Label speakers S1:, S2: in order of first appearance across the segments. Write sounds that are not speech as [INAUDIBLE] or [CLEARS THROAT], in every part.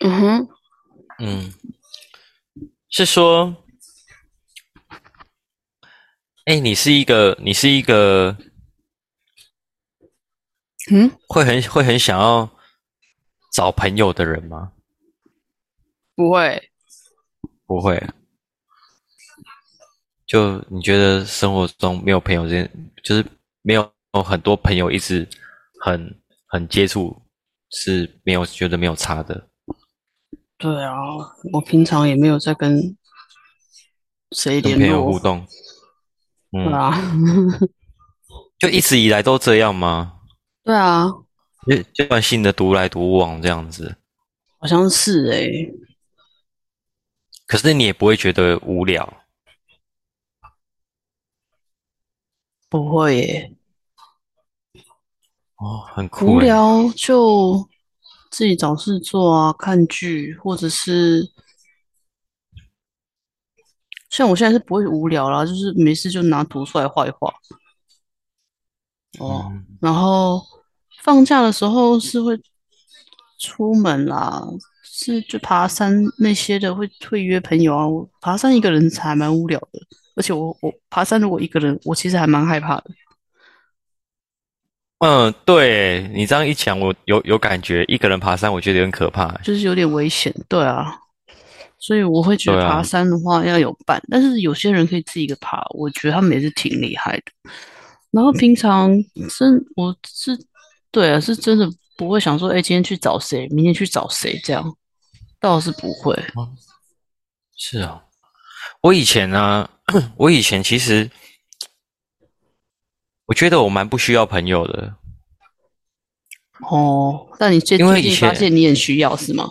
S1: 嗯哼，
S2: 嗯，是说，哎，你是一个，你是一个
S1: 嗯，
S2: 会很会很想要找朋友的人吗？
S1: 不会，
S2: 不会，就你觉得生活中没有朋友之间，就是没有很多朋友一直很很接触，是没有觉得没有差的。
S1: 对啊，我平常也没有在跟谁联
S2: 跟朋友
S1: 络，
S2: 互动，
S1: 对
S2: 嗯，
S1: 啊，
S2: 就一直以来都这样吗？
S1: 对啊，
S2: 就就惯性的独来独往这样子，
S1: 好像是欸诶、
S2: 可是你也不会觉得无聊，
S1: 不会耶、
S2: 哦，很酷耶。
S1: 无聊就自己找事做啊，看剧，或者是像我现在是不会无聊啦，就是没事就拿图出来画一画。哦，
S2: 嗯
S1: 然后放假的时候是会出门啦，是就爬山那些的会会约朋友啊。我爬山一个人还蛮无聊的，而且我我爬山如果一个人，我其实还蛮害怕的。
S2: 嗯，对你这样一讲，我有有感觉，一个人爬山，我觉得有点可怕。
S1: 就是有点危险，对啊，所以我会觉得
S2: 对啊
S1: 爬山的话要有伴，但是有些人可以自己一个爬，我觉得他们也是挺厉害的。然后平常真我是对啊，是真的不会想说，哎、今天去找谁，明天去找谁，这样倒是不会。
S2: 是啊，我以前呢、 [CLEARS THROAT] 我以前其实，我觉得我蛮不需要朋友的，
S1: 哦，但你最
S2: 因为
S1: 最近
S2: 以前
S1: 发现你很需要是吗？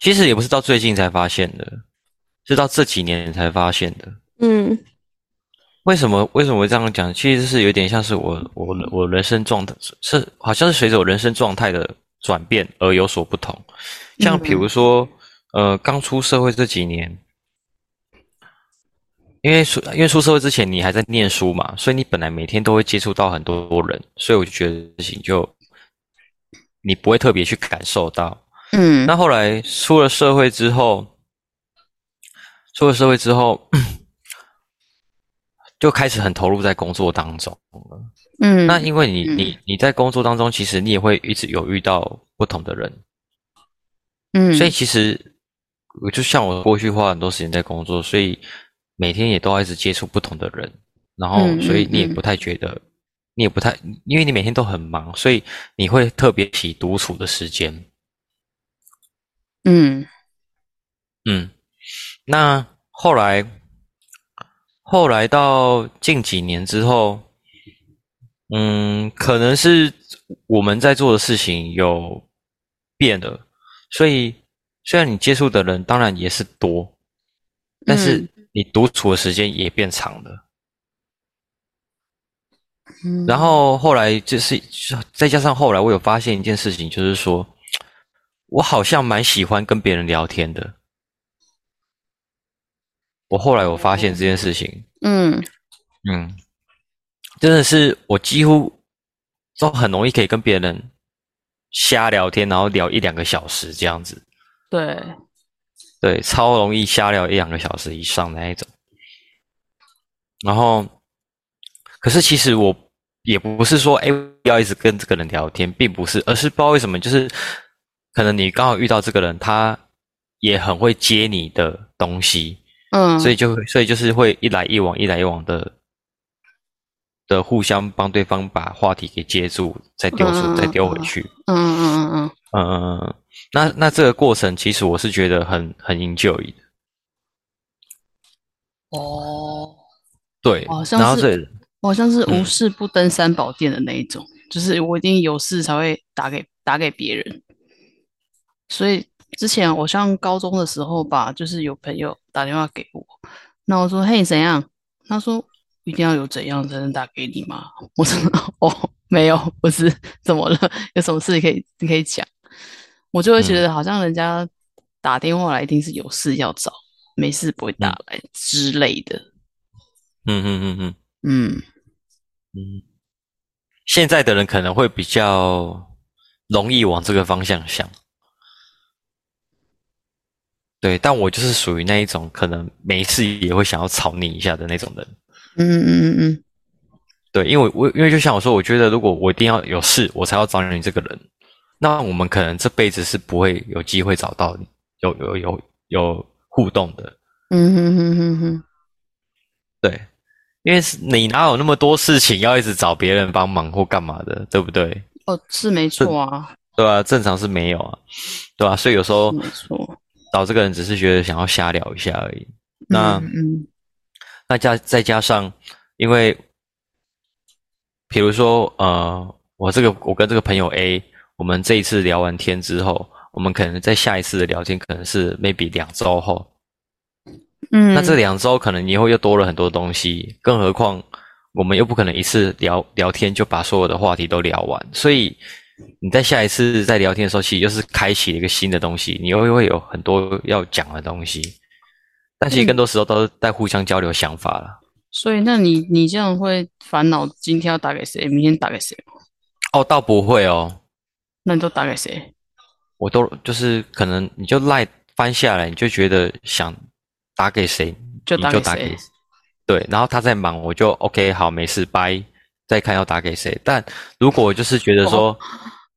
S2: 其实也不是到最近才发现的，是到这几年才发现的。
S1: 嗯
S2: 为什么为什么会这样讲？其实是有点像是我我我人生状态是好像是随着我人生状态的转变而有所不同。像比如说，呃，刚出社会这几年，因为出因为出社会之前你还在念书嘛，所以你本来每天都会接触到很多人，所以我就觉得事情就你不会特别去感受到。
S1: 嗯
S2: 那后来出了社会之后，出了社会之后，就开始很投入在工作当中了。
S1: 嗯，
S2: 那因为你
S1: 嗯
S2: 你你在工作当中，其实你也会一直有遇到不同的人，
S1: 嗯
S2: 所以其实我就像我过去花很多时间在工作，所以每天也都要一直接触不同的人，然后
S1: 嗯嗯
S2: 所以你也
S1: 嗯
S2: 不太觉得，你也不太，因为你每天都很忙，所以你会特别起独处的时间。
S1: 嗯
S2: 嗯，那后来，后来到近几年之后，嗯，可能是我们在做的事情有变了，所以虽然你接触的人当然也是多，但是
S1: 嗯
S2: 你独处的时间也变长了。
S1: 嗯
S2: 然后后来就是再加上后来，我有发现一件事情，就是说我好像蛮喜欢跟别人聊天的。我后来我发现这件事情，
S1: 嗯
S2: 嗯，真的是我几乎都很容易可以跟别人瞎聊天，然后聊一两个小时这样子，
S1: 对，
S2: 对，超容易瞎聊一两个小时以上那一种。然后，可是其实我也不是说，哎，要一直跟这个人聊天，并不是，而是不知道为什么，就是可能你刚好遇到这个人，他也很会接你的东西，
S1: 嗯，
S2: 所以就所以就是会一来一往，一来一往的的互相帮对方把话题给接住，再丢出，再丢回去。
S1: 嗯嗯嗯嗯
S2: 嗯嗯嗯，那那这个过程其实我是觉得很很 enjoy 的，
S1: 哦。
S2: 对，
S1: 好像
S2: 然后
S1: 是
S2: 这
S1: 我好像是无
S2: 嗯
S1: 事不登三宝殿的那一种，就是我一定有事才会打给打给别人。所以之前我上高中的时候吧，就是有朋友打电话给我，那我说：“嘿，怎样？”他说：“一定要有怎样才能打给你吗？”我说：“哦，没有，不是，怎么了？有什么事可以你可以讲。”我就会觉
S2: 嗯
S1: 得好像人家打电话来一定是有事要找，没事不会打来之类的。
S2: 嗯嗯嗯嗯
S1: 嗯
S2: 嗯，现在的人可能会比较容易往这个方向想，对，但我就是属于那一种可能没事也会想要吵你一下的那种人。
S1: 嗯嗯嗯嗯，
S2: 对，因为我因为就像我说，我觉得如果我一定要有事，我才要找你这个人，那我们可能这辈子是不会有机会找到你有有有有互动的。
S1: 嗯哼哼哼哼，
S2: 对，因为是你哪有那么多事情要一直找别人帮忙或干嘛的，对不对？
S1: 哦，是没错啊，
S2: 对啊，正常是没有啊，对啊，所以有时候
S1: 是没错。
S2: 找这个人只是觉得想要瞎聊一下而已。那
S1: 嗯嗯
S2: 那加再加上，因为比如说呃，我这个我跟这个朋友 A，我们这一次聊完天之后，我们可能在下一次的聊天可能是 maybe 两周后，
S1: 嗯，
S2: 那这两周可能以后又多了很多东西，更何况我们又不可能一次聊聊天就把所有的话题都聊完，所以你在下一次在聊天的时候，其实就是开启了一个新的东西，你又会有很多要讲的东西，但其实更多时候都是在互相交流想法了。
S1: 所以那你你这样会烦恼今天要打给谁，明天打给谁吗？
S2: 哦，倒不会哦，
S1: 那你都打给谁？
S2: 我都就是可能你就赖翻下来，你就觉得想打给谁
S1: 就
S2: 你
S1: 打
S2: 就
S1: 给
S2: 打
S1: 谁
S2: 给谁对，然后他在忙，我就 OK 好，没事，拜，再看要打给谁。但如果就是觉得说，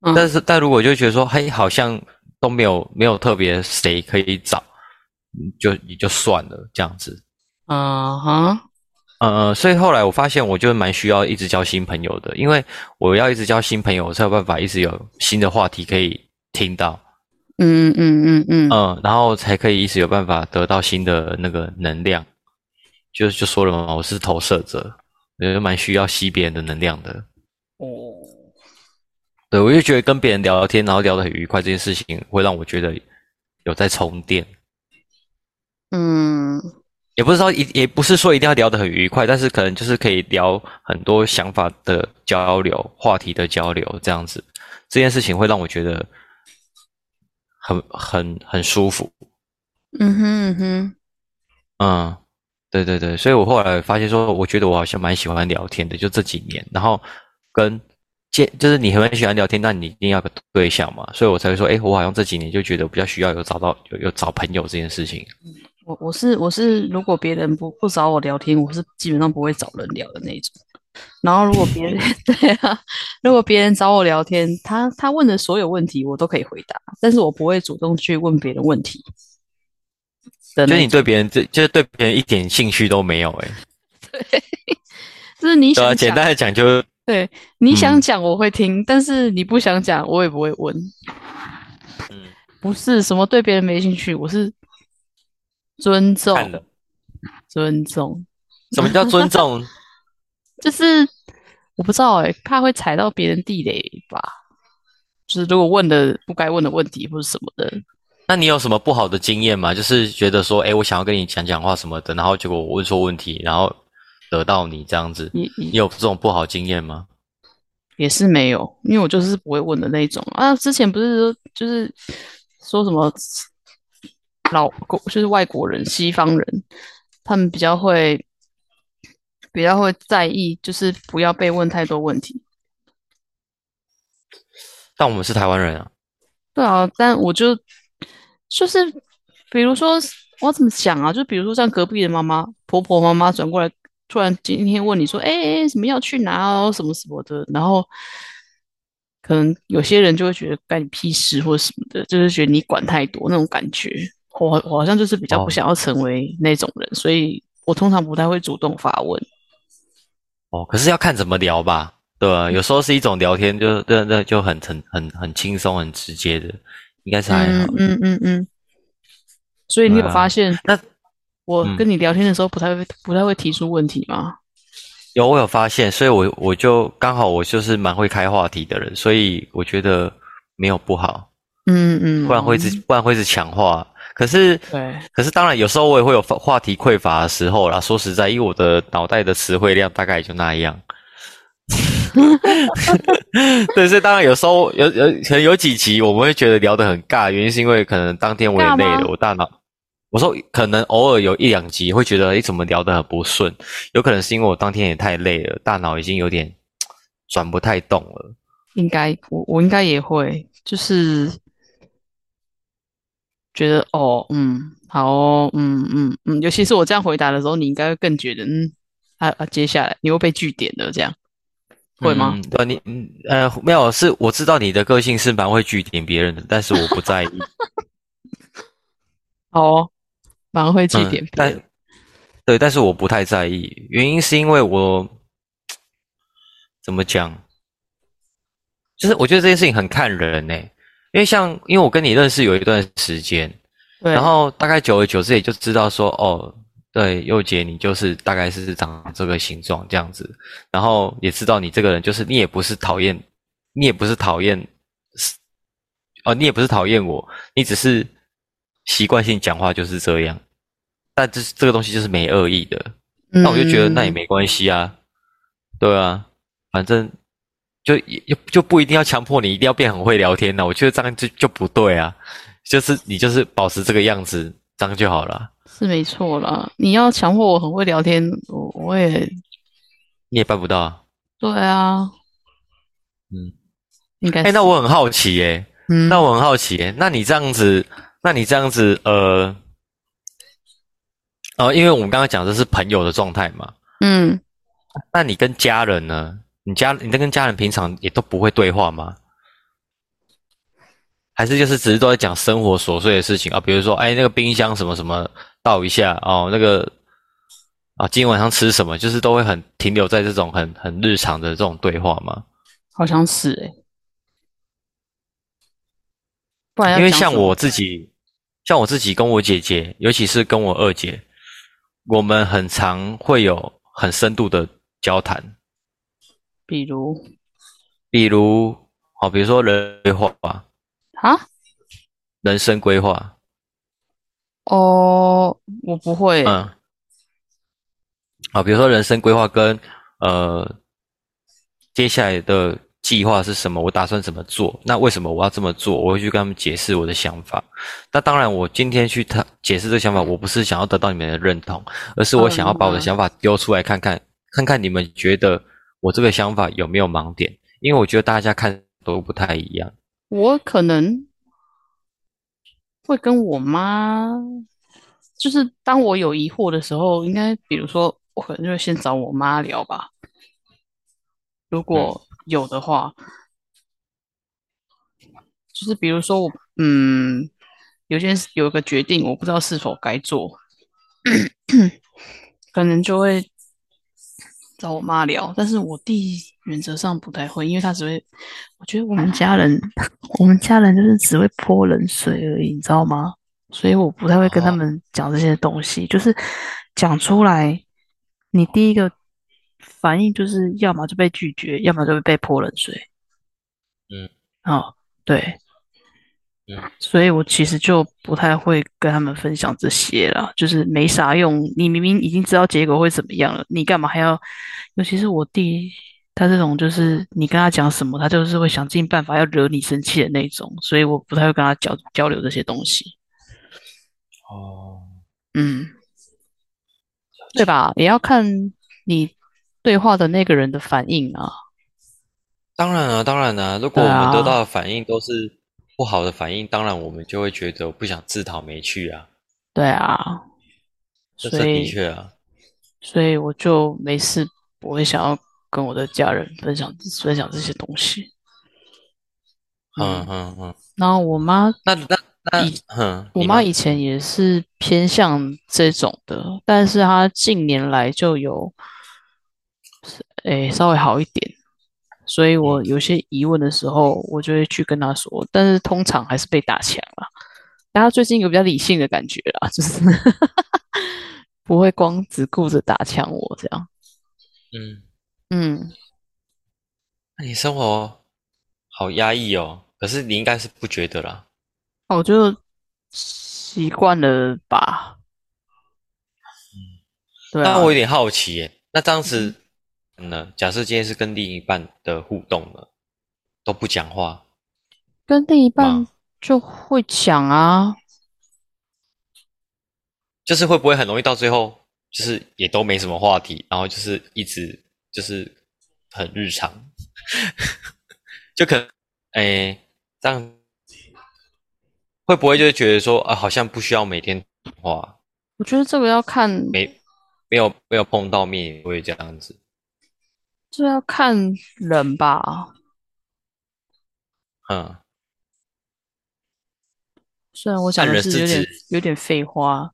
S1: 嗯
S2: 但是但如果就觉得说，嘿，好像都没有没有特别谁可以找，嗯就也就算了这样子。
S1: 啊哈，
S2: 呃，所以后来我发现，我就蛮需要一直交新朋友的，因为我要一直交新朋友，我才有办法一直有新的话题可以听到。
S1: 嗯嗯嗯嗯，
S2: 嗯，然后才可以一直有办法得到新的那个能量。就就说了嘛，我是投射者，我觉得蛮需要吸别人的能量的。
S1: 哦，
S2: 对，我就觉得跟别人聊聊天，然后聊得很愉快，这件事情会让我觉得有在充电。
S1: 嗯
S2: 也不是说一，也不是说一定要聊得很愉快，但是可能就是可以聊很多想法的交流、话题的交流这样子。这件事情会让我觉得很很很舒服。
S1: 嗯哼嗯哼，
S2: 嗯，对对对，所以我后来发现说，我觉得我好像蛮喜欢聊天的，就这几年，然后跟见就是你很喜欢聊天，但你一定要有个对象嘛，所以我才会说，哎，我好像这几年就觉得比较需要有找到有有找朋友这件事情。
S1: 我我是我是，如果别人不不找我聊天，我是基本上不会找人聊的那一种。然后如果别人 [LAUGHS] 对啊，如果别人找我聊天，他他问的所有问题我都可以回答，但是我不会主动去问别人问题的
S2: 就是
S1: 那
S2: 你对别人，这就是对别人一点兴趣都没有、诶
S1: 就是你
S2: 对啊，
S1: 想
S2: 简
S1: 讲，
S2: 单的讲就
S1: 对，你想
S2: 嗯
S1: 讲我会听，但是你不想讲我也不会问。
S2: 嗯，
S1: 不是什么对别人没兴趣，我是尊重，
S2: 看了。
S1: 尊重，
S2: 什么叫尊重？
S1: 就是我不知道哎、怕会踩到别人地雷吧。就是如果问的不该问的问题或者什么的，
S2: 那你有什么不好的经验吗？就是觉得说，哎，我想要跟你讲讲话什么的，然后结果我问错问题，然后得到你这样子，
S1: 也
S2: 你
S1: 也
S2: 有这种不好经验吗？
S1: 也是没有，因为我就是不会问的那一种啊。之前不是说就是说什么老国就是外国人、西方人，他们比较会比较会在意，就是不要被问太多问题。
S2: 但我们是台湾人啊。
S1: 对啊，但我就就是，比如说我要怎么讲啊？就比如说像隔壁的妈妈、婆婆妈妈转过来，突然今天问你说：“哎、哎哎，什么要去哪哦，什么什么的。”然后可能有些人就会觉得干你屁事或什么的，就是觉得你管太多那种感觉。我我好像就是比较不
S2: 哦
S1: 想要成为那种人，所以我通常不太会主动发问。
S2: 哦，可是要看怎么聊吧，
S1: 嗯
S2: 对吧？有时候是一种聊天，就对对，就很很很很轻松、很直接的，应该是还好。
S1: 嗯嗯嗯嗯。所以你有
S2: 对啊
S1: 发现
S2: 那
S1: 我
S2: 嗯
S1: 跟你聊天的时候不太会不太会提出问题吗？
S2: 有我有发现，所以我我就刚好我就是蛮会开话题的人，所以我觉得没有不好，
S1: 嗯嗯，
S2: 不然会一直、不然会一直强化。可是
S1: 对，
S2: 可是当然有时候我也会有话话题匮乏的时候啦。说实在，因为我的脑袋的词汇量大概也就那样。 [LAUGHS] 对，所以当然有时候有有可能有几集我们会觉得聊得很尬，原因是因为可能当天我也累
S1: 尬
S2: 了
S1: 吗，
S2: 我大脑，我说可能偶尔有一两集会觉得哎诶怎么聊得很不顺，有可能是因为我当天也太累了，大脑已经有点转不太动了。
S1: 应该我我应该也会，就是觉得哦，嗯，好哦，嗯嗯嗯，尤其是我这样回答的时候，你应该会更觉得，嗯，啊啊，接下来你会被据点的，这样会吗？
S2: 嗯对，你嗯呃没有，是我知道你的个性是蛮会据点别人的，但是我不在意。
S1: 好哦，蛮会据点
S2: 嗯，
S1: 别人
S2: 但对，但是我不太在意，原因是因为我怎么讲，就是我觉得这件事情很看人呢、因为像因为我跟你认识有一段时间，
S1: 对，
S2: 然后大概久而久之也就知道说，哦，对，佑姐你就是大概是长这个形状这样子，然后也知道你这个人就是你也不是讨厌，你也不是讨厌，哦，你也不是讨厌我，你只是习惯性讲话就是这样，但这这个东西就是没恶意的，那我就觉得那也
S1: 嗯
S2: 没关系啊，对啊，反正就也就就不一定要强迫你一定要变很会聊天呐、我觉得这样就就不对啊，就是你就是保持这个样子，这样就好了，
S1: 是没错啦。你要强迫我很会聊天，我我也
S2: 你也办不到啊。
S1: 对啊，
S2: 嗯，
S1: 应该
S2: 哎、
S1: 是
S2: 那我很好奇耶、
S1: 嗯，
S2: 那我很好奇耶、那你这样子，那你这样子，呃，哦，因为我们刚刚讲的是朋友的状态嘛，
S1: 嗯，
S2: 那你跟家人呢？你家你在跟家人平常也都不会对话吗？还是就是只是都在讲生活琐碎的事情啊？比如说，哎，那个冰箱什么什么倒一下哦，那个啊，今天晚上吃什么？就是都会很停留在这种很很日常的这种对话吗？
S1: 好像是哎、不然要
S2: 因为
S1: 讲
S2: 像
S1: 什么
S2: 我自己，像我自己跟我姐姐，尤其是跟我二姐，我们很常会有很深度的交谈，
S1: 比如
S2: 比如哦，比如说人规划、
S1: 啊，
S2: 人生规划，
S1: 哦，我不会欸、
S2: 嗯，啊，比如说人生规划跟呃接下来的计划是什么，我打算怎么做，那为什么我要这么做，我会去跟他们解释我的想法。那当然，我今天去他解释这个想法，我不是想要得到你们的认同，而是我想要把我的
S1: 嗯
S2: 想法丢出来看看，看看你们觉得我这个想法有没有盲点，因为我觉得大家看都不太一样。
S1: 我可能会跟我妈，就是当我有疑惑的时候，应该比如说，我可能就会先找我妈聊吧，如果有的话，就是比如说我，嗯，有件事有个决定，我不知道是否该做， [COUGHS] 可能就会找我妈聊，但是我弟原则上不太会，因为他只会，我觉得我们家人，我们家人就是只会泼冷水而已，你知道吗？所以我不太会跟他
S2: 哦
S1: 们讲这些东西，就是讲出来，你第一个反应就是要么就被拒绝，要么就被泼冷水。
S2: 嗯，
S1: 哦，对，
S2: 嗯，
S1: 所以我其实就不太会跟他们分享这些啦，就是没啥用。你明明已经知道结果会怎么样了，你干嘛还要？尤其是我弟，他这种就是你跟他讲什么，他就是会想尽办法要惹你生气的那种，所以我不太会跟他交交流这些东西。
S2: 哦，
S1: 嗯，对吧？也要看你对话的那个人的反应啊。
S2: 当然啊，当然啊，如果我
S1: 对
S2: 们
S1: 啊
S2: 得到的反应都是不好的反应，当然我们就会觉得我不想自讨没趣啊。
S1: 对啊，
S2: 这
S1: 所
S2: 这的
S1: 以
S2: 确啊，
S1: 所以我就没事不会想要跟我的家人分享分享这些东西。
S2: 嗯嗯嗯。
S1: 然后我妈，
S2: 那那那
S1: 以，
S2: 哼，
S1: 我
S2: 你
S1: 妈
S2: 呢
S1: 以前也是偏向这种的，但是她近年来就有，诶，稍微好一点。所以我有些疑问的时候，我就会去跟她说，但是通常还是被打枪了。但她最近有比较理性的感觉啦，就是 [LAUGHS] 不会光只顾着打枪我这样。
S2: 嗯，
S1: 嗯，
S2: 那你生活好压抑哦。可是你应该是不觉得啦。
S1: 我哦就习惯了吧。对
S2: 那
S1: 啊，嗯
S2: 我有点好奇耶，那这样子呢？假设今天是跟另一半的互动了，都不讲话，
S1: 跟另一半
S2: 嘛
S1: 就会讲啊，
S2: 就是会不会很容易到最后，就是也都没什么话题，然后就是一直就是很日常，就可能哎这样会不会就觉得说啊，好像不需要每天讲话，
S1: 我觉得这个要看，
S2: 没没有没有碰到面也会这样子。
S1: 这要看人吧。
S2: 嗯，
S1: 虽然我讲
S2: 看
S1: 的
S2: 人
S1: 是
S2: 是
S1: 有点
S2: 指
S1: 有点废话，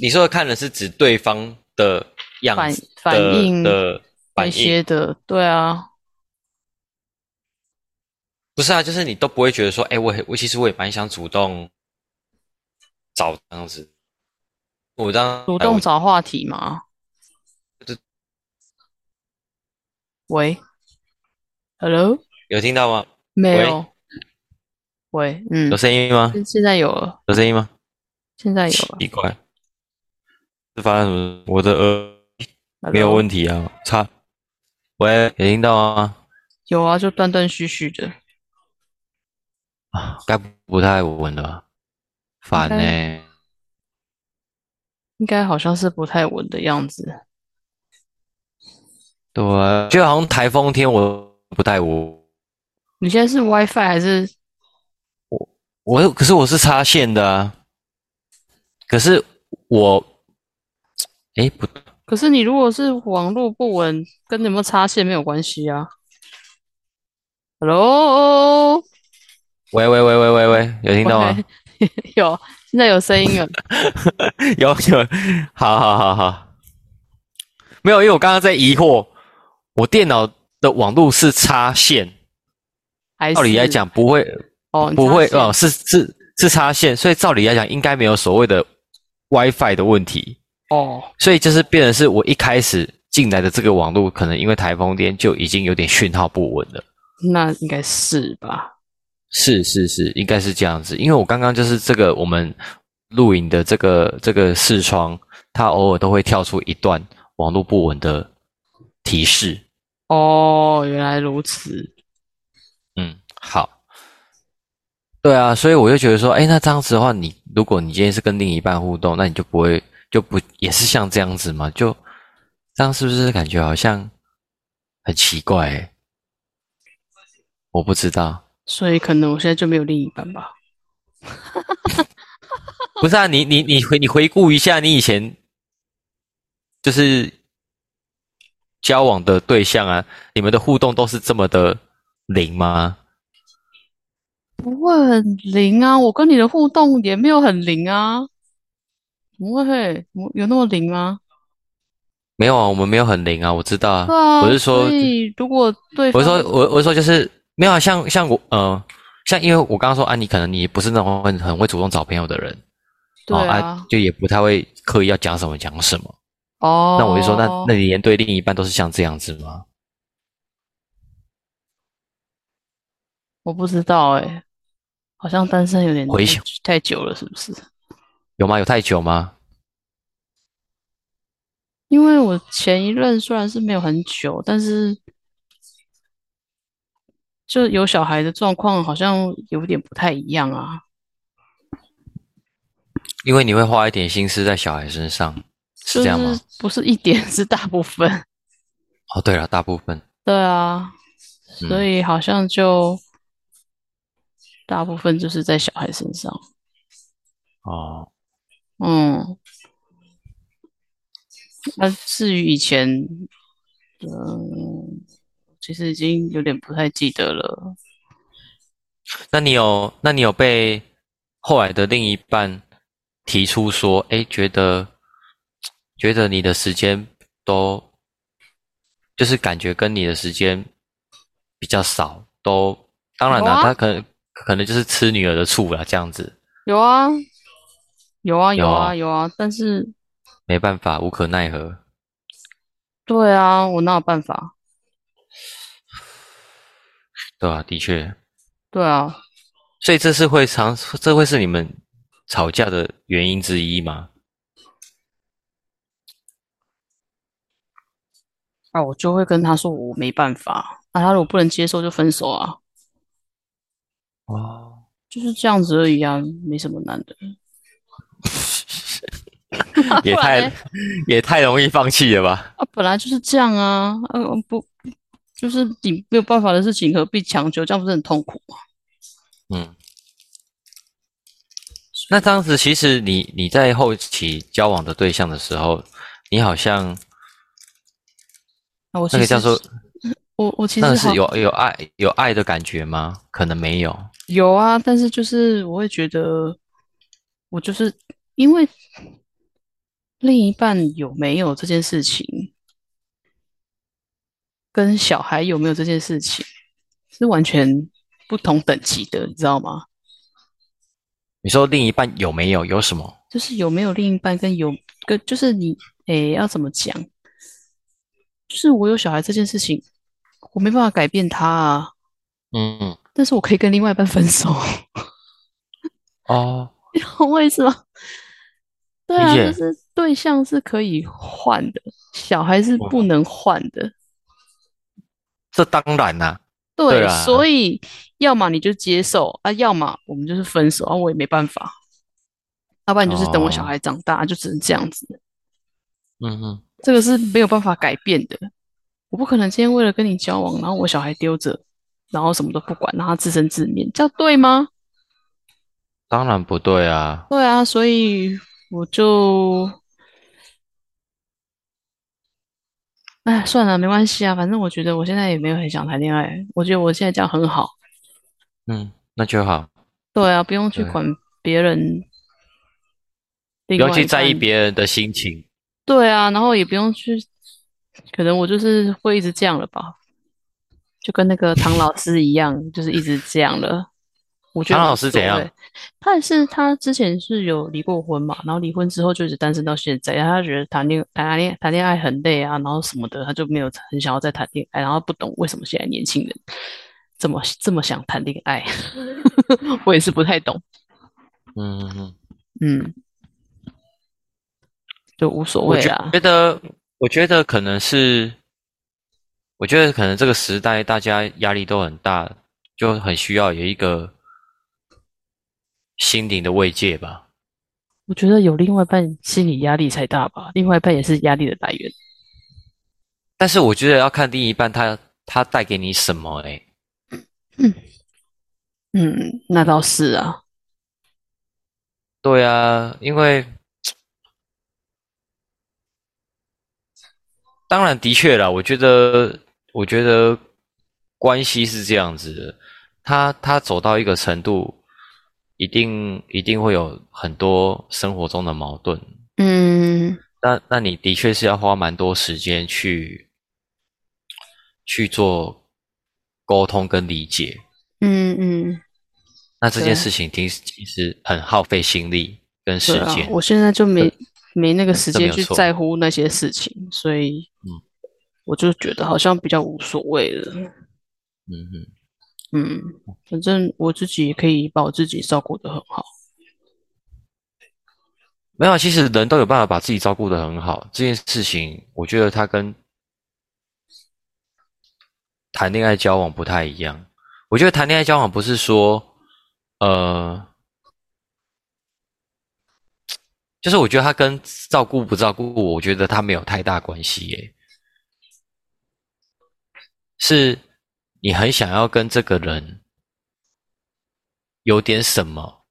S2: 你说的看的是指对方的样
S1: 反
S2: 子
S1: 反
S2: 的
S1: 应
S2: 的
S1: 那
S2: 反应，
S1: 些的，对啊，
S2: 不是啊，就是你都不会觉得说，哎、我很我其实我也蛮想主动找这样子。我当
S1: 主
S2: 哎我
S1: 动找话题嘛
S2: 这。
S1: 喂，Hello，
S2: 有听到吗？
S1: 没
S2: 喂
S1: 有。喂，嗯
S2: 有，声音吗？
S1: 现现在有了，
S2: 有声音吗？
S1: 现在有啊了
S2: 奇怪，是发生什么事？我的耳没有
S1: Hello
S2: 问题啊，差。喂，有听到吗？
S1: 有啊，就断断续续的。
S2: 啊，该不不太稳了吧？烦欸呢、
S1: 应该好像是不太稳的样子。
S2: 对啊，就好像台风天我不太稳，
S1: 你现在是 WiFi 还是
S2: 我可是我是插线的啊，可是我，哎不，
S1: 可是你如果是网络不稳，跟有没有插线没有关系啊。Hello， [LAUGHS]
S2: 喂喂喂喂喂喂，有听到吗？
S1: 喂有，现在有声音了。
S2: [LAUGHS] 有有，好好好好，没有，因为我刚刚在疑惑，我电脑的网路是插线，
S1: 还
S2: 照理来
S1: 是
S2: 讲不会
S1: 哦，你
S2: 不
S1: 插
S2: 会
S1: 线
S2: 哦，是是是插线，所以照理来讲应该没有所谓的 WiFi 的问题，
S1: 哦，
S2: 所以就是变成是我一开始进来的这个网路，可能因为台风天就已经有点讯号不稳了。
S1: 那应该是吧？
S2: 是是是，应该是这样子，因为我刚刚就是这个我们录影的这个这个视窗，它偶尔都会跳出一段网络不稳的提示。
S1: 哦，原来如此。
S2: 嗯，好。对啊，所以我就觉得说，哎，那这样子的话，你如果你今天是跟另一半互动，那你就不会就不也是像这样子嘛？就这样是不是感觉好像很奇怪、欸？我不知道。
S1: 所以可能我现在就没有另一半吧。 [LAUGHS]
S2: 不是啊，你你你回你回顾一下你以前就是交往的对象啊，你们的互动都是这么的零吗？
S1: 不会很灵啊，我跟你的互动也没有很灵啊。不会，我有那么灵吗？
S2: 没有啊，我们没有很零啊，我知道啊，
S1: 对啊，
S2: 我是说
S1: 所，以如果对
S2: 我是
S1: 方
S2: 说，哦我我是说就是没有啊，像像我呃，像因为我刚刚说啊，你可能你不是那种很很会主动找朋友的人，
S1: 对
S2: 哦
S1: 啊，
S2: 就也不太会刻意要讲什么讲什么。
S1: 哦，
S2: 那我就说，那那你连对另一半都是像这样子吗？
S1: 我不知道哎，好像单身有点
S2: 回
S1: 太
S2: 想
S1: 太久了，是不是？
S2: 有吗？有太久吗？
S1: 因为我前一任虽然是没有很久，但是就有小孩的状况好像有点不太一样啊。
S2: 因为你会花一点心思在小孩身上，是这样吗？
S1: 就是不是一点，是大部分。 [LAUGHS]
S2: 哦，对了，大部分
S1: 对啊，所
S2: 嗯
S1: 以好像就大部分就是在小孩身上。
S2: 哦，
S1: 嗯，那至于以前，嗯，其实已经有点不太记得了。
S2: 那你有那你有被后来的另一半提出说，哎，觉得觉得你的时间都就是感觉跟你的时间比较少，都当然
S1: 有
S2: 啦，
S1: 啊
S2: 他可能可能就是吃女儿的醋啦，这样子
S1: 有啊，有啊，有
S2: 有
S1: 啊，
S2: 啊
S1: 有啊，但是，
S2: 没办法，无可奈何。
S1: 对啊，我哪有办法？
S2: 对啊，的确，
S1: 对啊，
S2: 所以这是会常，这会是你们吵架的原因之一吗？
S1: 啊，我就会跟他说我没办法，啊，他如果不能接受就分手啊，
S2: [LAUGHS] 哦，
S1: 就是这样子而已啊，没什么难的。
S2: 也
S1: 不然
S2: 太
S1: 嘞
S2: 也太容易放弃了吧？
S1: 啊，本来就是这样啊，呃、不，就是你没有办法的事情，何必强求？这样不是很痛苦吗？
S2: 嗯，那当时其实你你在后期交往的对象的时候，你好像
S1: 那我其
S2: 那个
S1: 实
S2: 叫做
S1: 我我其
S2: 那
S1: 实
S2: 个是
S1: 好
S2: 有有爱有爱的感觉吗？可能没有。
S1: 有啊，但是就是我会觉得，我就是因为另一半有没有这件事情，跟小孩有没有这件事情是完全不同等级的，你知道吗？
S2: 你说另一半有没有有什么？
S1: 就是有没有另一半跟有跟就是你诶要怎么讲？就是我有小孩这件事情，我没办法改变他啊，
S2: 嗯
S1: 但是我可以跟另外一半分手，
S2: 哦，
S1: 你 [LAUGHS] 懂我意思吗？对
S2: 理
S1: 啊，就
S2: 解
S1: 是对象是可以换的，小孩是
S2: 嗯
S1: 不能换的。
S2: 这当然啦、
S1: 对，
S2: 对啊
S1: 所以要么你就接受啊，要么我们就是分手啊，我也没办法。啊要不然你就是等我小
S2: 哦
S1: 孩长大，啊就只能这样子。
S2: 嗯嗯，
S1: 这个是没有办法改变的。我不可能今天为了跟你交往，然后我小孩丢着，然后什么都不管，让他自生自灭，这样对吗？
S2: 当然不对啊。
S1: 对啊，所以我就，哎，算了，没关系啊，反正我觉得我现在也没有很想谈恋爱，我觉得我现在这样很好。
S2: 嗯，那就好，
S1: 对啊，不用去
S2: 对
S1: 管别人，
S2: 不
S1: 另
S2: 要
S1: 外
S2: 去
S1: 一
S2: 在意
S1: 半
S2: 别人的心情。
S1: 对啊，然后也不用去，可能我就是会一直这样了吧，就跟那个唐老师一样，就是一直这样了。我觉得
S2: 唐
S1: 无
S2: 老师怎
S1: 所
S2: 样
S1: 谓？他也是他之前是有离过婚嘛，然后离婚之后就一直单身到现在。然后他觉得谈恋谈恋谈恋爱很累啊，然后什么的，他就没有很想要再谈恋爱，然后不懂为什么现在年轻人这么这么想谈恋爱， [LAUGHS] 我也是不太懂。
S2: 嗯嗯嗯，
S1: 嗯，就无所
S2: 我
S1: 谓
S2: 觉
S1: 啊。
S2: 觉得，我觉得可能是，我觉得可能这个时代大家压力都很大，就很需要有一个心灵的慰藉吧。
S1: 我觉得有另外一半心理压力才大吧，另外一半也是压力的来源。
S2: 但是我觉得要看另一半他他带给你什么、欸，
S1: 嗯，那倒是啊，
S2: 对啊，因为当然的确啦，我觉得，我觉得关系是这样子的，他他走到一个程度，一定一定会有很多生活中的矛盾。
S1: 嗯，
S2: 那那你的确是要花蛮多时间去去做沟通跟理解。
S1: 嗯嗯，
S2: 那这件
S1: 对
S2: 事情其实其实很耗费心力跟时
S1: 对啊，
S2: 间。
S1: 我现在就没没那个时
S2: 这没
S1: 间
S2: 有
S1: 去
S2: 错
S1: 在乎那些事情，所以，
S2: 嗯
S1: 我就觉得好像比较无所谓了。
S2: 嗯嗯。
S1: 嗯，反正我自己也可以把我自己照顾得很好。
S2: 没有，其实人都有办法把自己照顾得很好。这件事情，我觉得它跟谈恋爱交往不太一样。我觉得谈恋爱交往不是说，呃，就是我觉得它跟照顾不照顾，我觉得它没有太大关系耶。是你很想要跟这个人有点什么，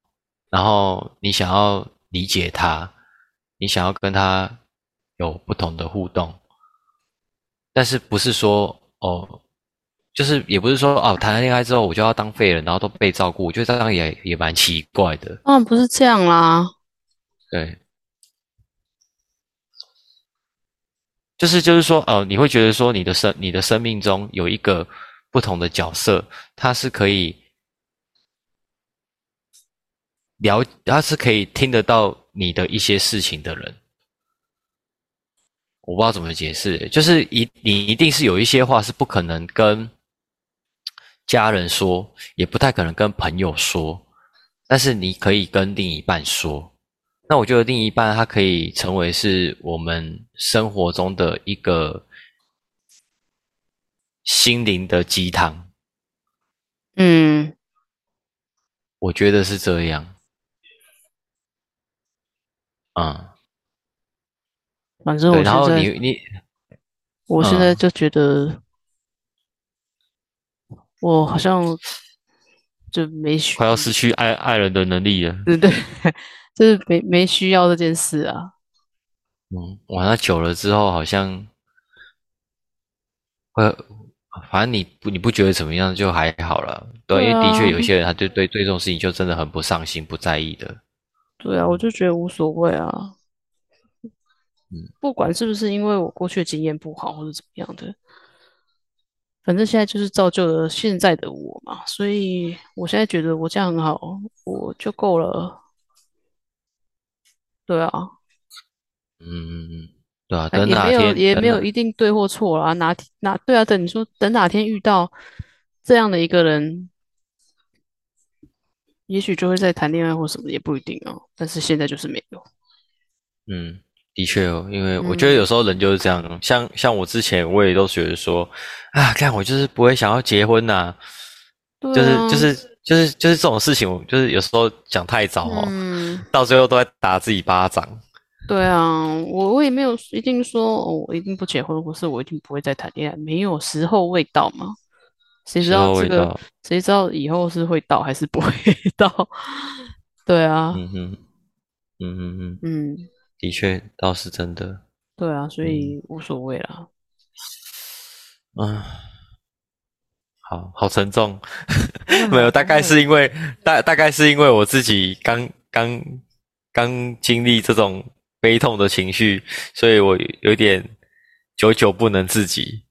S2: 然后你想要理解他，你想要跟他有不同的互动，但是不是说哦，就是也不是说哦，谈了恋爱之后我就要当废人，然后都被照顾，我觉得这样也也蛮奇怪的。
S1: 当然不是这样啦，
S2: 对，就是就是说，呃，你会觉得说你的生你的生命中有一个不同的角色，他是可以了，他是可以听得到你的一些事情的人。我不知道怎么解释，欸就是一你一定是有一些话是不可能跟家人说，也不太可能跟朋友说，但是你可以跟另一半说。那我觉得另一半他可以成为是我们生活中的一个心灵的鸡汤，
S1: 嗯，
S2: 我觉得是这样。嗯，
S1: 反正
S2: 对，
S1: 我
S2: 然
S1: 现
S2: 后
S1: 在
S2: 你你
S1: 我现在
S2: 嗯
S1: 就觉得，我好像就没需
S2: 快要失去爱爱人的能力了。
S1: 对对，就是没没需要这件事啊。
S2: 嗯，玩了久了之后，好像会，反正你不你不觉得怎么样，就还好了。对，
S1: 对
S2: 因为的
S1: 啊
S2: 确有些人他对对对这种事情就真的很不上心、不在意的。
S1: 对啊，我就觉得无所谓啊。
S2: 嗯
S1: 不管是不是因为我过去的经验不好或者怎么样的，反正现在就是造就了现在的我嘛，所以我现在觉得我这样很好，我就够了。对啊，
S2: 嗯，对啊，
S1: 哎
S2: 等
S1: 也
S2: 哪
S1: 没有
S2: 天
S1: 也
S2: 等
S1: 没有
S2: 哪
S1: 一定对或错啦，哪哪对啊，等你说等哪天遇到这样的一个人，也许就会再谈恋爱或什么也不一定哦，但是现在就是没有。
S2: 嗯，的确哦，因为我觉得
S1: 嗯
S2: 有时候人就是这样，像像我之前我也都觉得说，啊，看我就是不会想要结婚呐、
S1: 对
S2: 就是
S1: 啊
S2: 就是就是就是这种事情，我就是有时候讲太早哦，
S1: 嗯，
S2: 到最后都在打自己巴掌。
S1: 对啊，我我也没有一定说、哦我一定不结婚，或是我一定不会再谈恋爱，没有时候未到嘛。谁知
S2: 时
S1: 道
S2: 候
S1: 这
S2: 未
S1: 个
S2: 到？
S1: 谁知道以后是会到还是不会到？ [LAUGHS] 对啊，
S2: 嗯哼，嗯哼哼，
S1: 嗯，
S2: 的确倒是真的。
S1: 对啊，所以无所谓啦。
S2: 嗯，好好沉重，
S1: 会
S2: 没有，
S1: 啊
S2: 大
S1: 不
S2: 概
S1: 会
S2: 是因为大大概是因为我自己刚刚刚经历这种悲痛的情绪，所以我有点久久不能自己。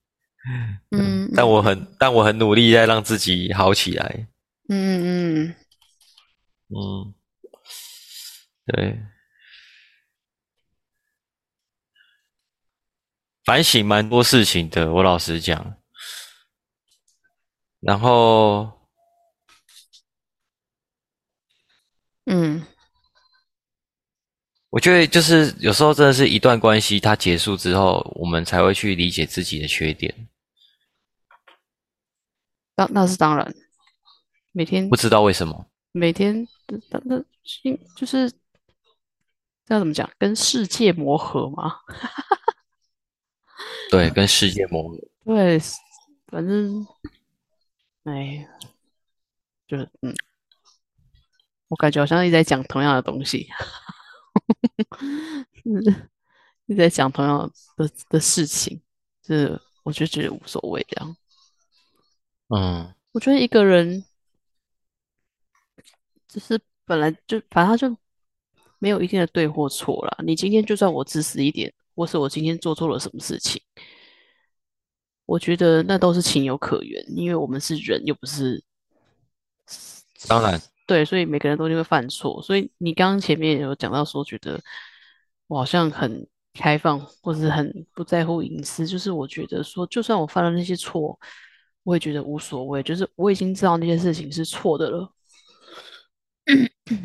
S1: 嗯，
S2: 但我很但我很努力在让自己好起来。
S1: 嗯嗯嗯，
S2: 嗯，对，反省蛮多事情的，我老实讲。然后，
S1: 嗯，
S2: 我觉得就是有时候真的是一段关系它结束之后，我们才会去理解自己的缺点。
S1: 当那是当然，每天
S2: 不知道为什么，
S1: 每天的那那心就是要怎么讲，跟世界磨合嘛。
S2: 对，跟世界磨合。
S1: 对，反正，哎，就是嗯，我感觉好像一直在讲同样的东西， [LAUGHS] 嗯一直在讲同样的的事情，就是我就觉得无所谓这样。
S2: 嗯
S1: 我觉得一个人就是本来就反正他就没有一定的对或错啦。你今天就算我自私一点，或是我今天做错了什么事情，我觉得那都是情有可原，因为我们是人，又不是。
S2: 当然，
S1: 对，所以每个人都一定会犯错。所以你刚刚前面也有讲到说，觉得我好像很开放，或是很不在乎隐私。就是我觉得说，就算我犯了那些错，我也觉得无所谓。就是我已经知道那些事情是错的了，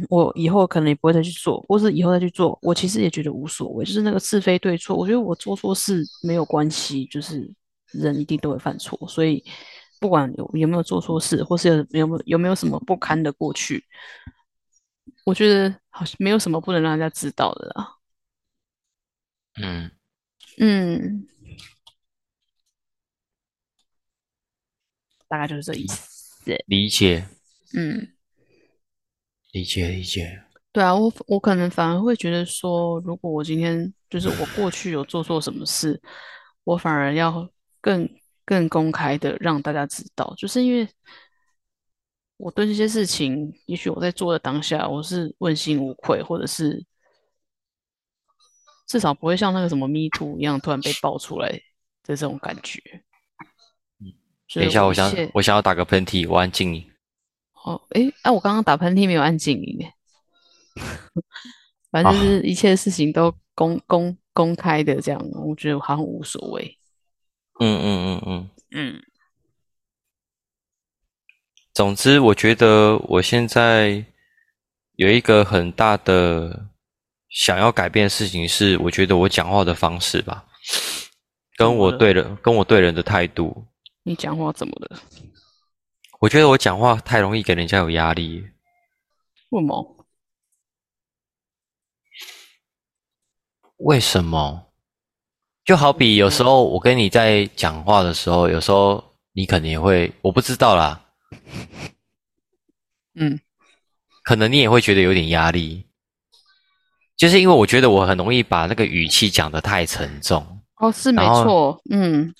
S1: 我以后可能也不会再去做，或是以后再去做，我其实也觉得无所谓。就是那个是非对错，我觉得我做错事没有关系，就是人一定都会犯错，所以不管有有没有做错事，或是有有没有有没有什么不堪的过去，我觉得好像没有什么不能让人家知道的啦。
S2: 嗯，
S1: 嗯，大概就是这意思。
S2: 理解，
S1: 嗯。
S2: 理解，理解。
S1: 对啊，我我可能反而会觉得说，如果我今天就是我过去有做错什么事，我反而要更更公开的让大家知道，就是因为我对这些事情，也许我在做的当下，我是问心无愧，或者是至少不会像那个什么 Me Too 一样突然被爆出来的这种感觉。所
S2: 嗯等一
S1: 以
S2: 下，我
S1: 一
S2: 想
S1: 切
S2: 我想要打个喷嚏，我安静你。
S1: 哦，诶，哎、我刚刚打喷嚏没有按静音耶，反正就是一切事情都公公公开的这样，我觉得好像无所谓。
S2: 嗯嗯嗯嗯。
S1: 嗯
S2: 总之，我觉得我现在有一个很大的想要改变的事情是，我觉得我讲话的方式吧，跟我对人跟我对人的态度，
S1: 你讲话怎么了？
S2: 我觉得我讲话太容易给人家有压力。
S1: 为什么？
S2: 为什么？就好比有时候我跟你在讲话的时候，有时候你可能也会，我不知道啦。
S1: 嗯
S2: 可能你也会觉得有点压力，就是因为我觉得我很容易把那个语气讲得太沉重，
S1: 哦，是没
S2: 然后
S1: 错，嗯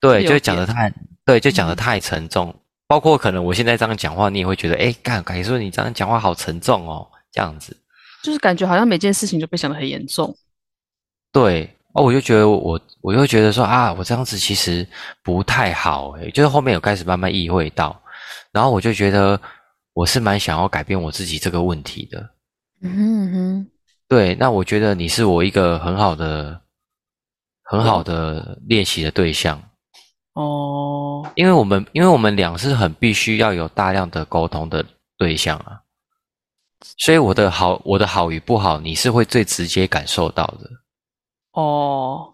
S2: 对，
S1: 有
S2: 就讲得太，对，就讲得
S1: 嗯
S2: 太沉重。包括可能我现在这样讲话，你也会觉得，哎，干，感觉说你这样讲话好沉重哦，这样子。
S1: 就是感觉好像每件事情就被想得很严重，
S2: 对，哦，我就觉得我，我又觉得说啊，我这样子其实不太好，诶，就是后面有开始慢慢意会到，然后我就觉得我是蛮想要改变我自己这个问题的。
S1: 嗯哼嗯
S2: 对，那我觉得你是我一个很好的、很好的练习的对象，
S1: 哼，哦，
S2: 因为我们因为我们俩是很必须要有大量的沟通的对象啊，所以我的好，我的好与不好，你是会最直接感受到的。
S1: 哦，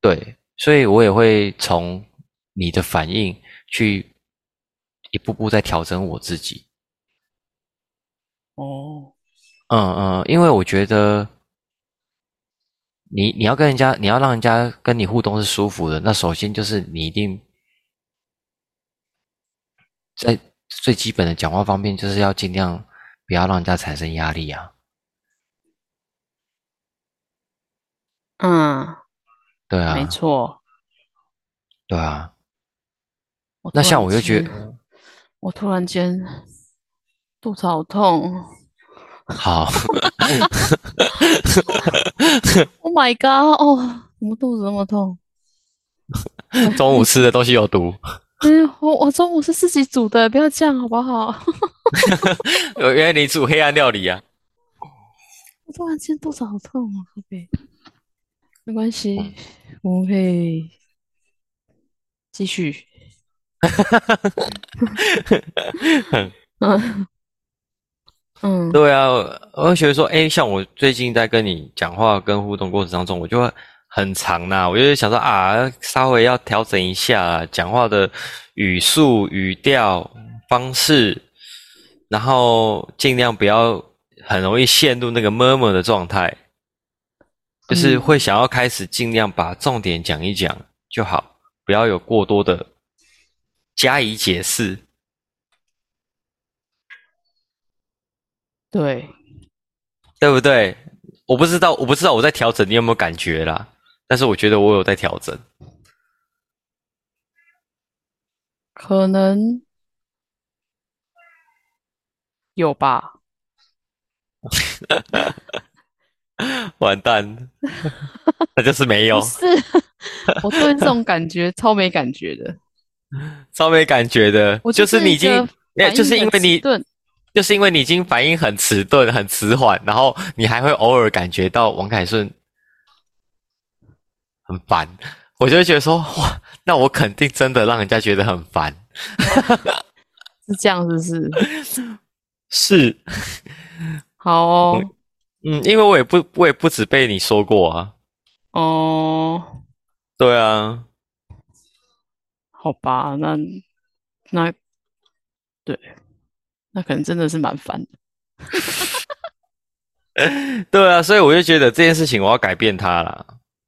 S2: 对，所以我也会从你的反应去一步步在调整我自己。
S1: 哦，
S2: 嗯嗯，因为我觉得你你要跟人家，你要让人家跟你互动是舒服的，那首先就是你一定在最基本的讲话方面，就是要尽量不要让人家产生压力啊。
S1: 嗯，
S2: 对啊，
S1: 没错。
S2: 对
S1: [LAUGHS]
S2: 啊。
S1: 我
S2: 那
S1: 突
S2: 像
S1: 然
S2: 我就觉
S1: 间，我突然间肚子好痛
S2: 好， [LAUGHS]
S1: ，Oh my god！哦，怎么肚子那么痛？
S2: 中午吃的东西有毒，
S1: [LAUGHS]
S2: [LAUGHS]
S1: 哎呀，我我中午是自己煮的，不要这样好不好？
S2: 原来你煮黑暗料理啊。
S1: [LAUGHS] 我突然间肚子好痛啊，宝贝。没关系，我们可以继续。 [LAUGHS] 嗯嗯
S2: 对啊，我会觉得说，哎，像我最近在跟你讲话跟互动过程当中，我就会很长啦，我就会想说啊，稍微要调整一下啊讲话的语速、语调、方式，然后尽量不要很容易陷入那个 murmur 的状态， [LAUGHS] 就是
S1: 嗯
S2: 会想要开始尽量把重点讲一讲就好，不要有过多的加以解释。
S1: 对，
S2: 对不对？我不知道，我不知道我在调整，你有没有感觉啦？但是我觉得我有在调整。 [LAUGHS]
S1: 可能有吧。
S2: 完蛋， [LAUGHS] 那就是没有
S1: 不，是， [LAUGHS] 我对这种感觉超没感觉的。
S2: 超没感觉的
S1: 我，
S2: 就
S1: 就是
S2: 你已
S1: 一个
S2: 经，哎，
S1: 反应
S2: 就是因
S1: 很
S2: 为你
S1: 迟，钝
S2: 就是因为你已经反应很迟钝、很迟缓，然后你还会偶尔感觉到王凯顺很烦，我就会觉得说，哇，那我肯定真的让人家觉得很烦。
S1: 是这样，是不是？
S2: 是，
S1: 好哦，
S2: 嗯，因为我也不，我也不止被你说过啊，
S1: 哦，
S2: 对啊，
S1: 好吧，那那对，那可能真的是蛮烦的。
S2: 对啊，所以我就觉得这件事情我要改变它啦。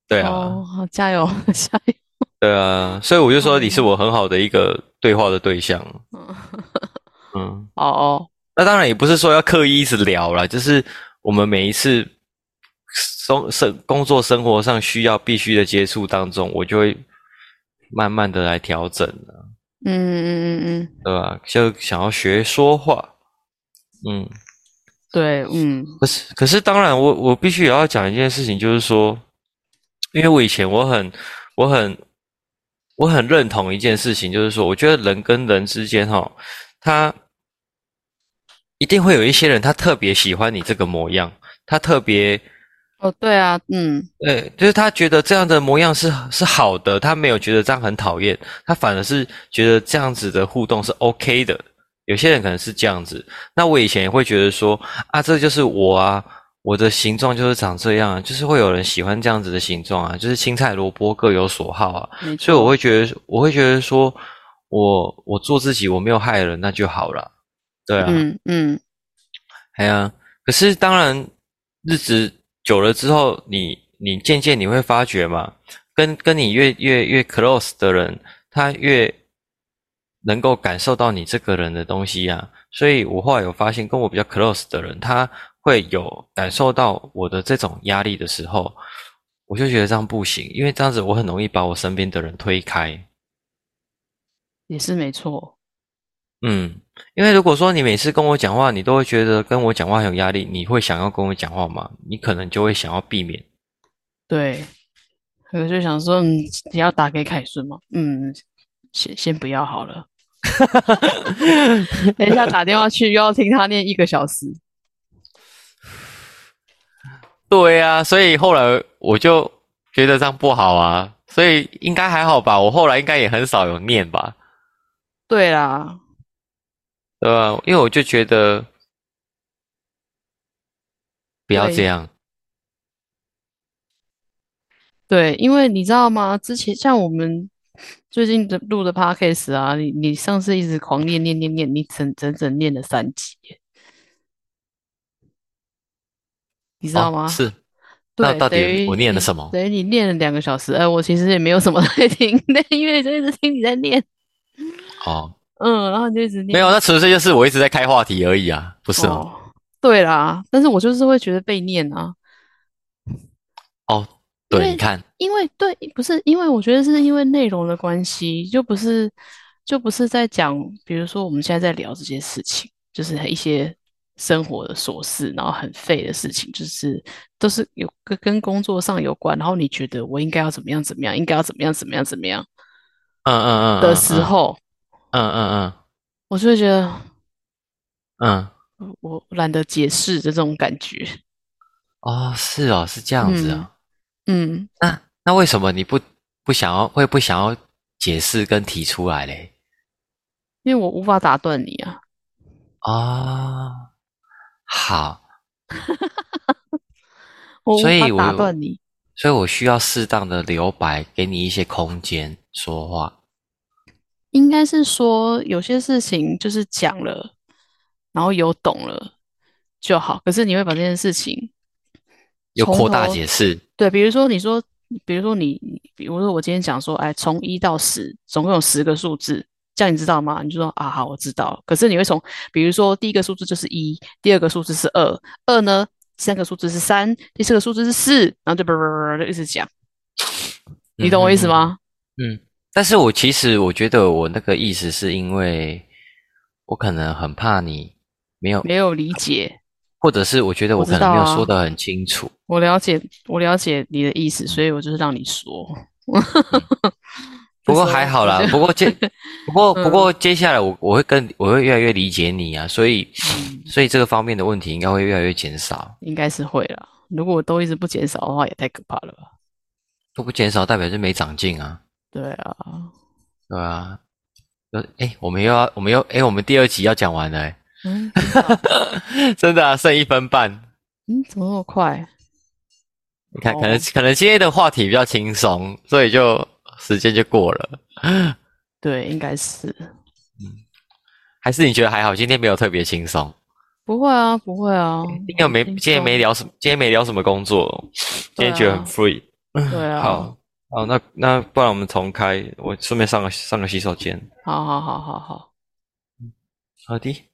S2: 对啊，
S1: 哦，好，加油， [LAUGHS] 加油。
S2: 对啊，所以我就说你是我很好的一个对话的对象。
S1: 嗯
S2: 嗯，
S1: 好哦，
S2: 那当然也不是说要刻意一直聊啦，就是我们每一次生生工作生活上需要必须的接触当中，我就会慢慢的来调整啊
S1: 嗯嗯嗯嗯，
S2: 对吧、就想要学说话。嗯，
S1: 对，嗯
S2: 可是，可是，当然我，我必须也要讲一件事情，就是说，因为我以前我很，我很，我很认同一件事情，就是说，我觉得人跟人之间，哈，他一定会有一些人，他特别喜欢你这个模样，他特别，
S1: 哦，对啊，嗯
S2: 呃，就是他觉得这样的模样是是好的，他没有觉得这样很讨厌，他反而是觉得这样子的互动是 OK 的。有些人可能是这样子，那我以前也会觉得说啊，这就是我啊，我的形状就是长这样啊，就是会有人喜欢这样子的形状啊，就是青菜萝卜各有所好啊，
S1: 没
S2: 所以我
S1: 错
S2: 会觉得，我会觉得说我我做自己，我没有害人，那就好了。对啊，
S1: 嗯嗯，
S2: 哎呀，可是当然，日子久了之后，你你渐渐你会发觉嘛，跟跟你越越越 close 的人，他越能够感受到你这个人的东西啊，所以我后来有发现，跟我比较 close 的人，他会有感受到我的这种压力的时候，我就觉得这样不行，因为这样子我很容易把我身边的人推开。
S1: 也是没错，
S2: 嗯，因为如果说你每次跟我讲话，你都会觉得跟我讲话很有压力，你会想要跟我讲话吗？你可能就会想要避免。
S1: 对。我就想说，嗯，你要打给凯顺吗？嗯，先先不要好了， [LAUGHS] 等一下打电话去又要听他念一个小时。
S2: 对啊，所以后来我就觉得这样不好啊，所以应该还好吧。我后来应该也很少有念吧，
S1: 对啦，
S2: 对吧？因为我就觉得不要这
S1: 对
S2: 样，
S1: 对，因为你知道吗？之前像我们最近的录的 podcast 啊，你你上次一直狂念念念念，你整整整念了三集耶，你知道
S2: 哦
S1: 吗？
S2: 是，那
S1: 对，
S2: 到底
S1: 等于
S2: 我念了
S1: 你
S2: 什么
S1: 等于你念了两个小时，哎，我其实也没有什么 [LAUGHS] 在听，但因为就一直听你在念，
S2: 哦，
S1: 嗯，然后你就一直念，
S2: 没有，那纯粹就是我一直在开话题而已啊，不是吗？
S1: 哦，对啦，但是我就是会觉得被念啊，
S2: 哦，
S1: 因
S2: 对，
S1: 为
S2: 你看，
S1: 因为对，不是因为我觉得是因为内容的关系，就不是就不是在讲，比如说我们现在在聊这些事情，就是一些生活的琐事，然后很废的事情，就是都是有跟跟工作上有关，然后你觉得我应该要怎么样怎么样，应该要怎么样怎么样怎么样
S2: 嗯嗯嗯
S1: 的时，候，
S2: 嗯嗯嗯
S1: 我就会觉得
S2: 嗯嗯，
S1: 我我懒得解释的这种感觉，
S2: 哦，是哦，是这样子啊。
S1: 嗯。
S2: 那那为什么你不不想要会不想要解释跟提出来嘞？
S1: 因为我无法打断你啊。哦
S2: 啊、好，
S1: 我无
S2: 所以
S1: 法
S2: 我
S1: 打
S2: 有
S1: 断你。
S2: 所以我需要适当的留白，给你一些空间说话。
S1: 应该是说有些事情就是讲了，然后有懂了就好。可是你会把这件事情
S2: 有
S1: 从
S2: 扩大
S1: 头
S2: 解释，
S1: 对，比如说你说，比如说你，你比如说我今天讲说，哎，从一到十，总共有十个数字，这样你知道吗？你就说啊，好，我知道了。可是你会从，比如说第一个数字就是一，第二个数字是二，二呢，第三个数字是三，第四个数字是四，然后就叭叭叭叭就一直讲，你懂我意思
S2: 嗯
S1: 吗？
S2: 嗯，但是我其实我觉得我那个意思是因为我可能很怕你没有，
S1: 没有理解。
S2: 或者是我觉得我
S1: 我知
S2: 可能没有
S1: 道啊
S2: 说的很清楚。
S1: 我了解，我了解你的意思，所以我就是让你说。
S2: 哦不过还好啦
S1: 这，时
S2: 不
S1: 候
S2: 过接，不过
S1: 嗯
S2: 不过接下来我我会跟我会越来越理解你啊，所以
S1: 嗯
S2: 所以这个方面的问题应该会越来越减少。
S1: 应该是会啦。如果我都一直不减少的话，也太可怕了吧？
S2: 都不减少，代表是没长进啊，
S1: 对啊，
S2: 对啊。呃，哎，我们又要，我们又，哎，我们第二集要讲完了、欸，
S1: 嗯，真的啊
S2: [LAUGHS] 真的啊，剩一分半。
S1: [LAUGHS] 嗯，怎么那么快？
S2: 你看，
S1: 哦
S2: 可能可能今天的话题比较轻松，所以就时间就过了。
S1: 对，应该是
S2: 还是你觉得还好？今天没有特别轻松，
S1: 不会啊，不会啊，
S2: 今天没
S1: 很轻
S2: 今天没
S1: 松。啊
S2: 聊什么，今天没聊什么工作，今天觉得很 free。
S1: 对啊，
S2: [LAUGHS] 好，好，那那不然我们重开，我顺便上个上个洗手间。
S1: 好好好好好。
S2: 好的。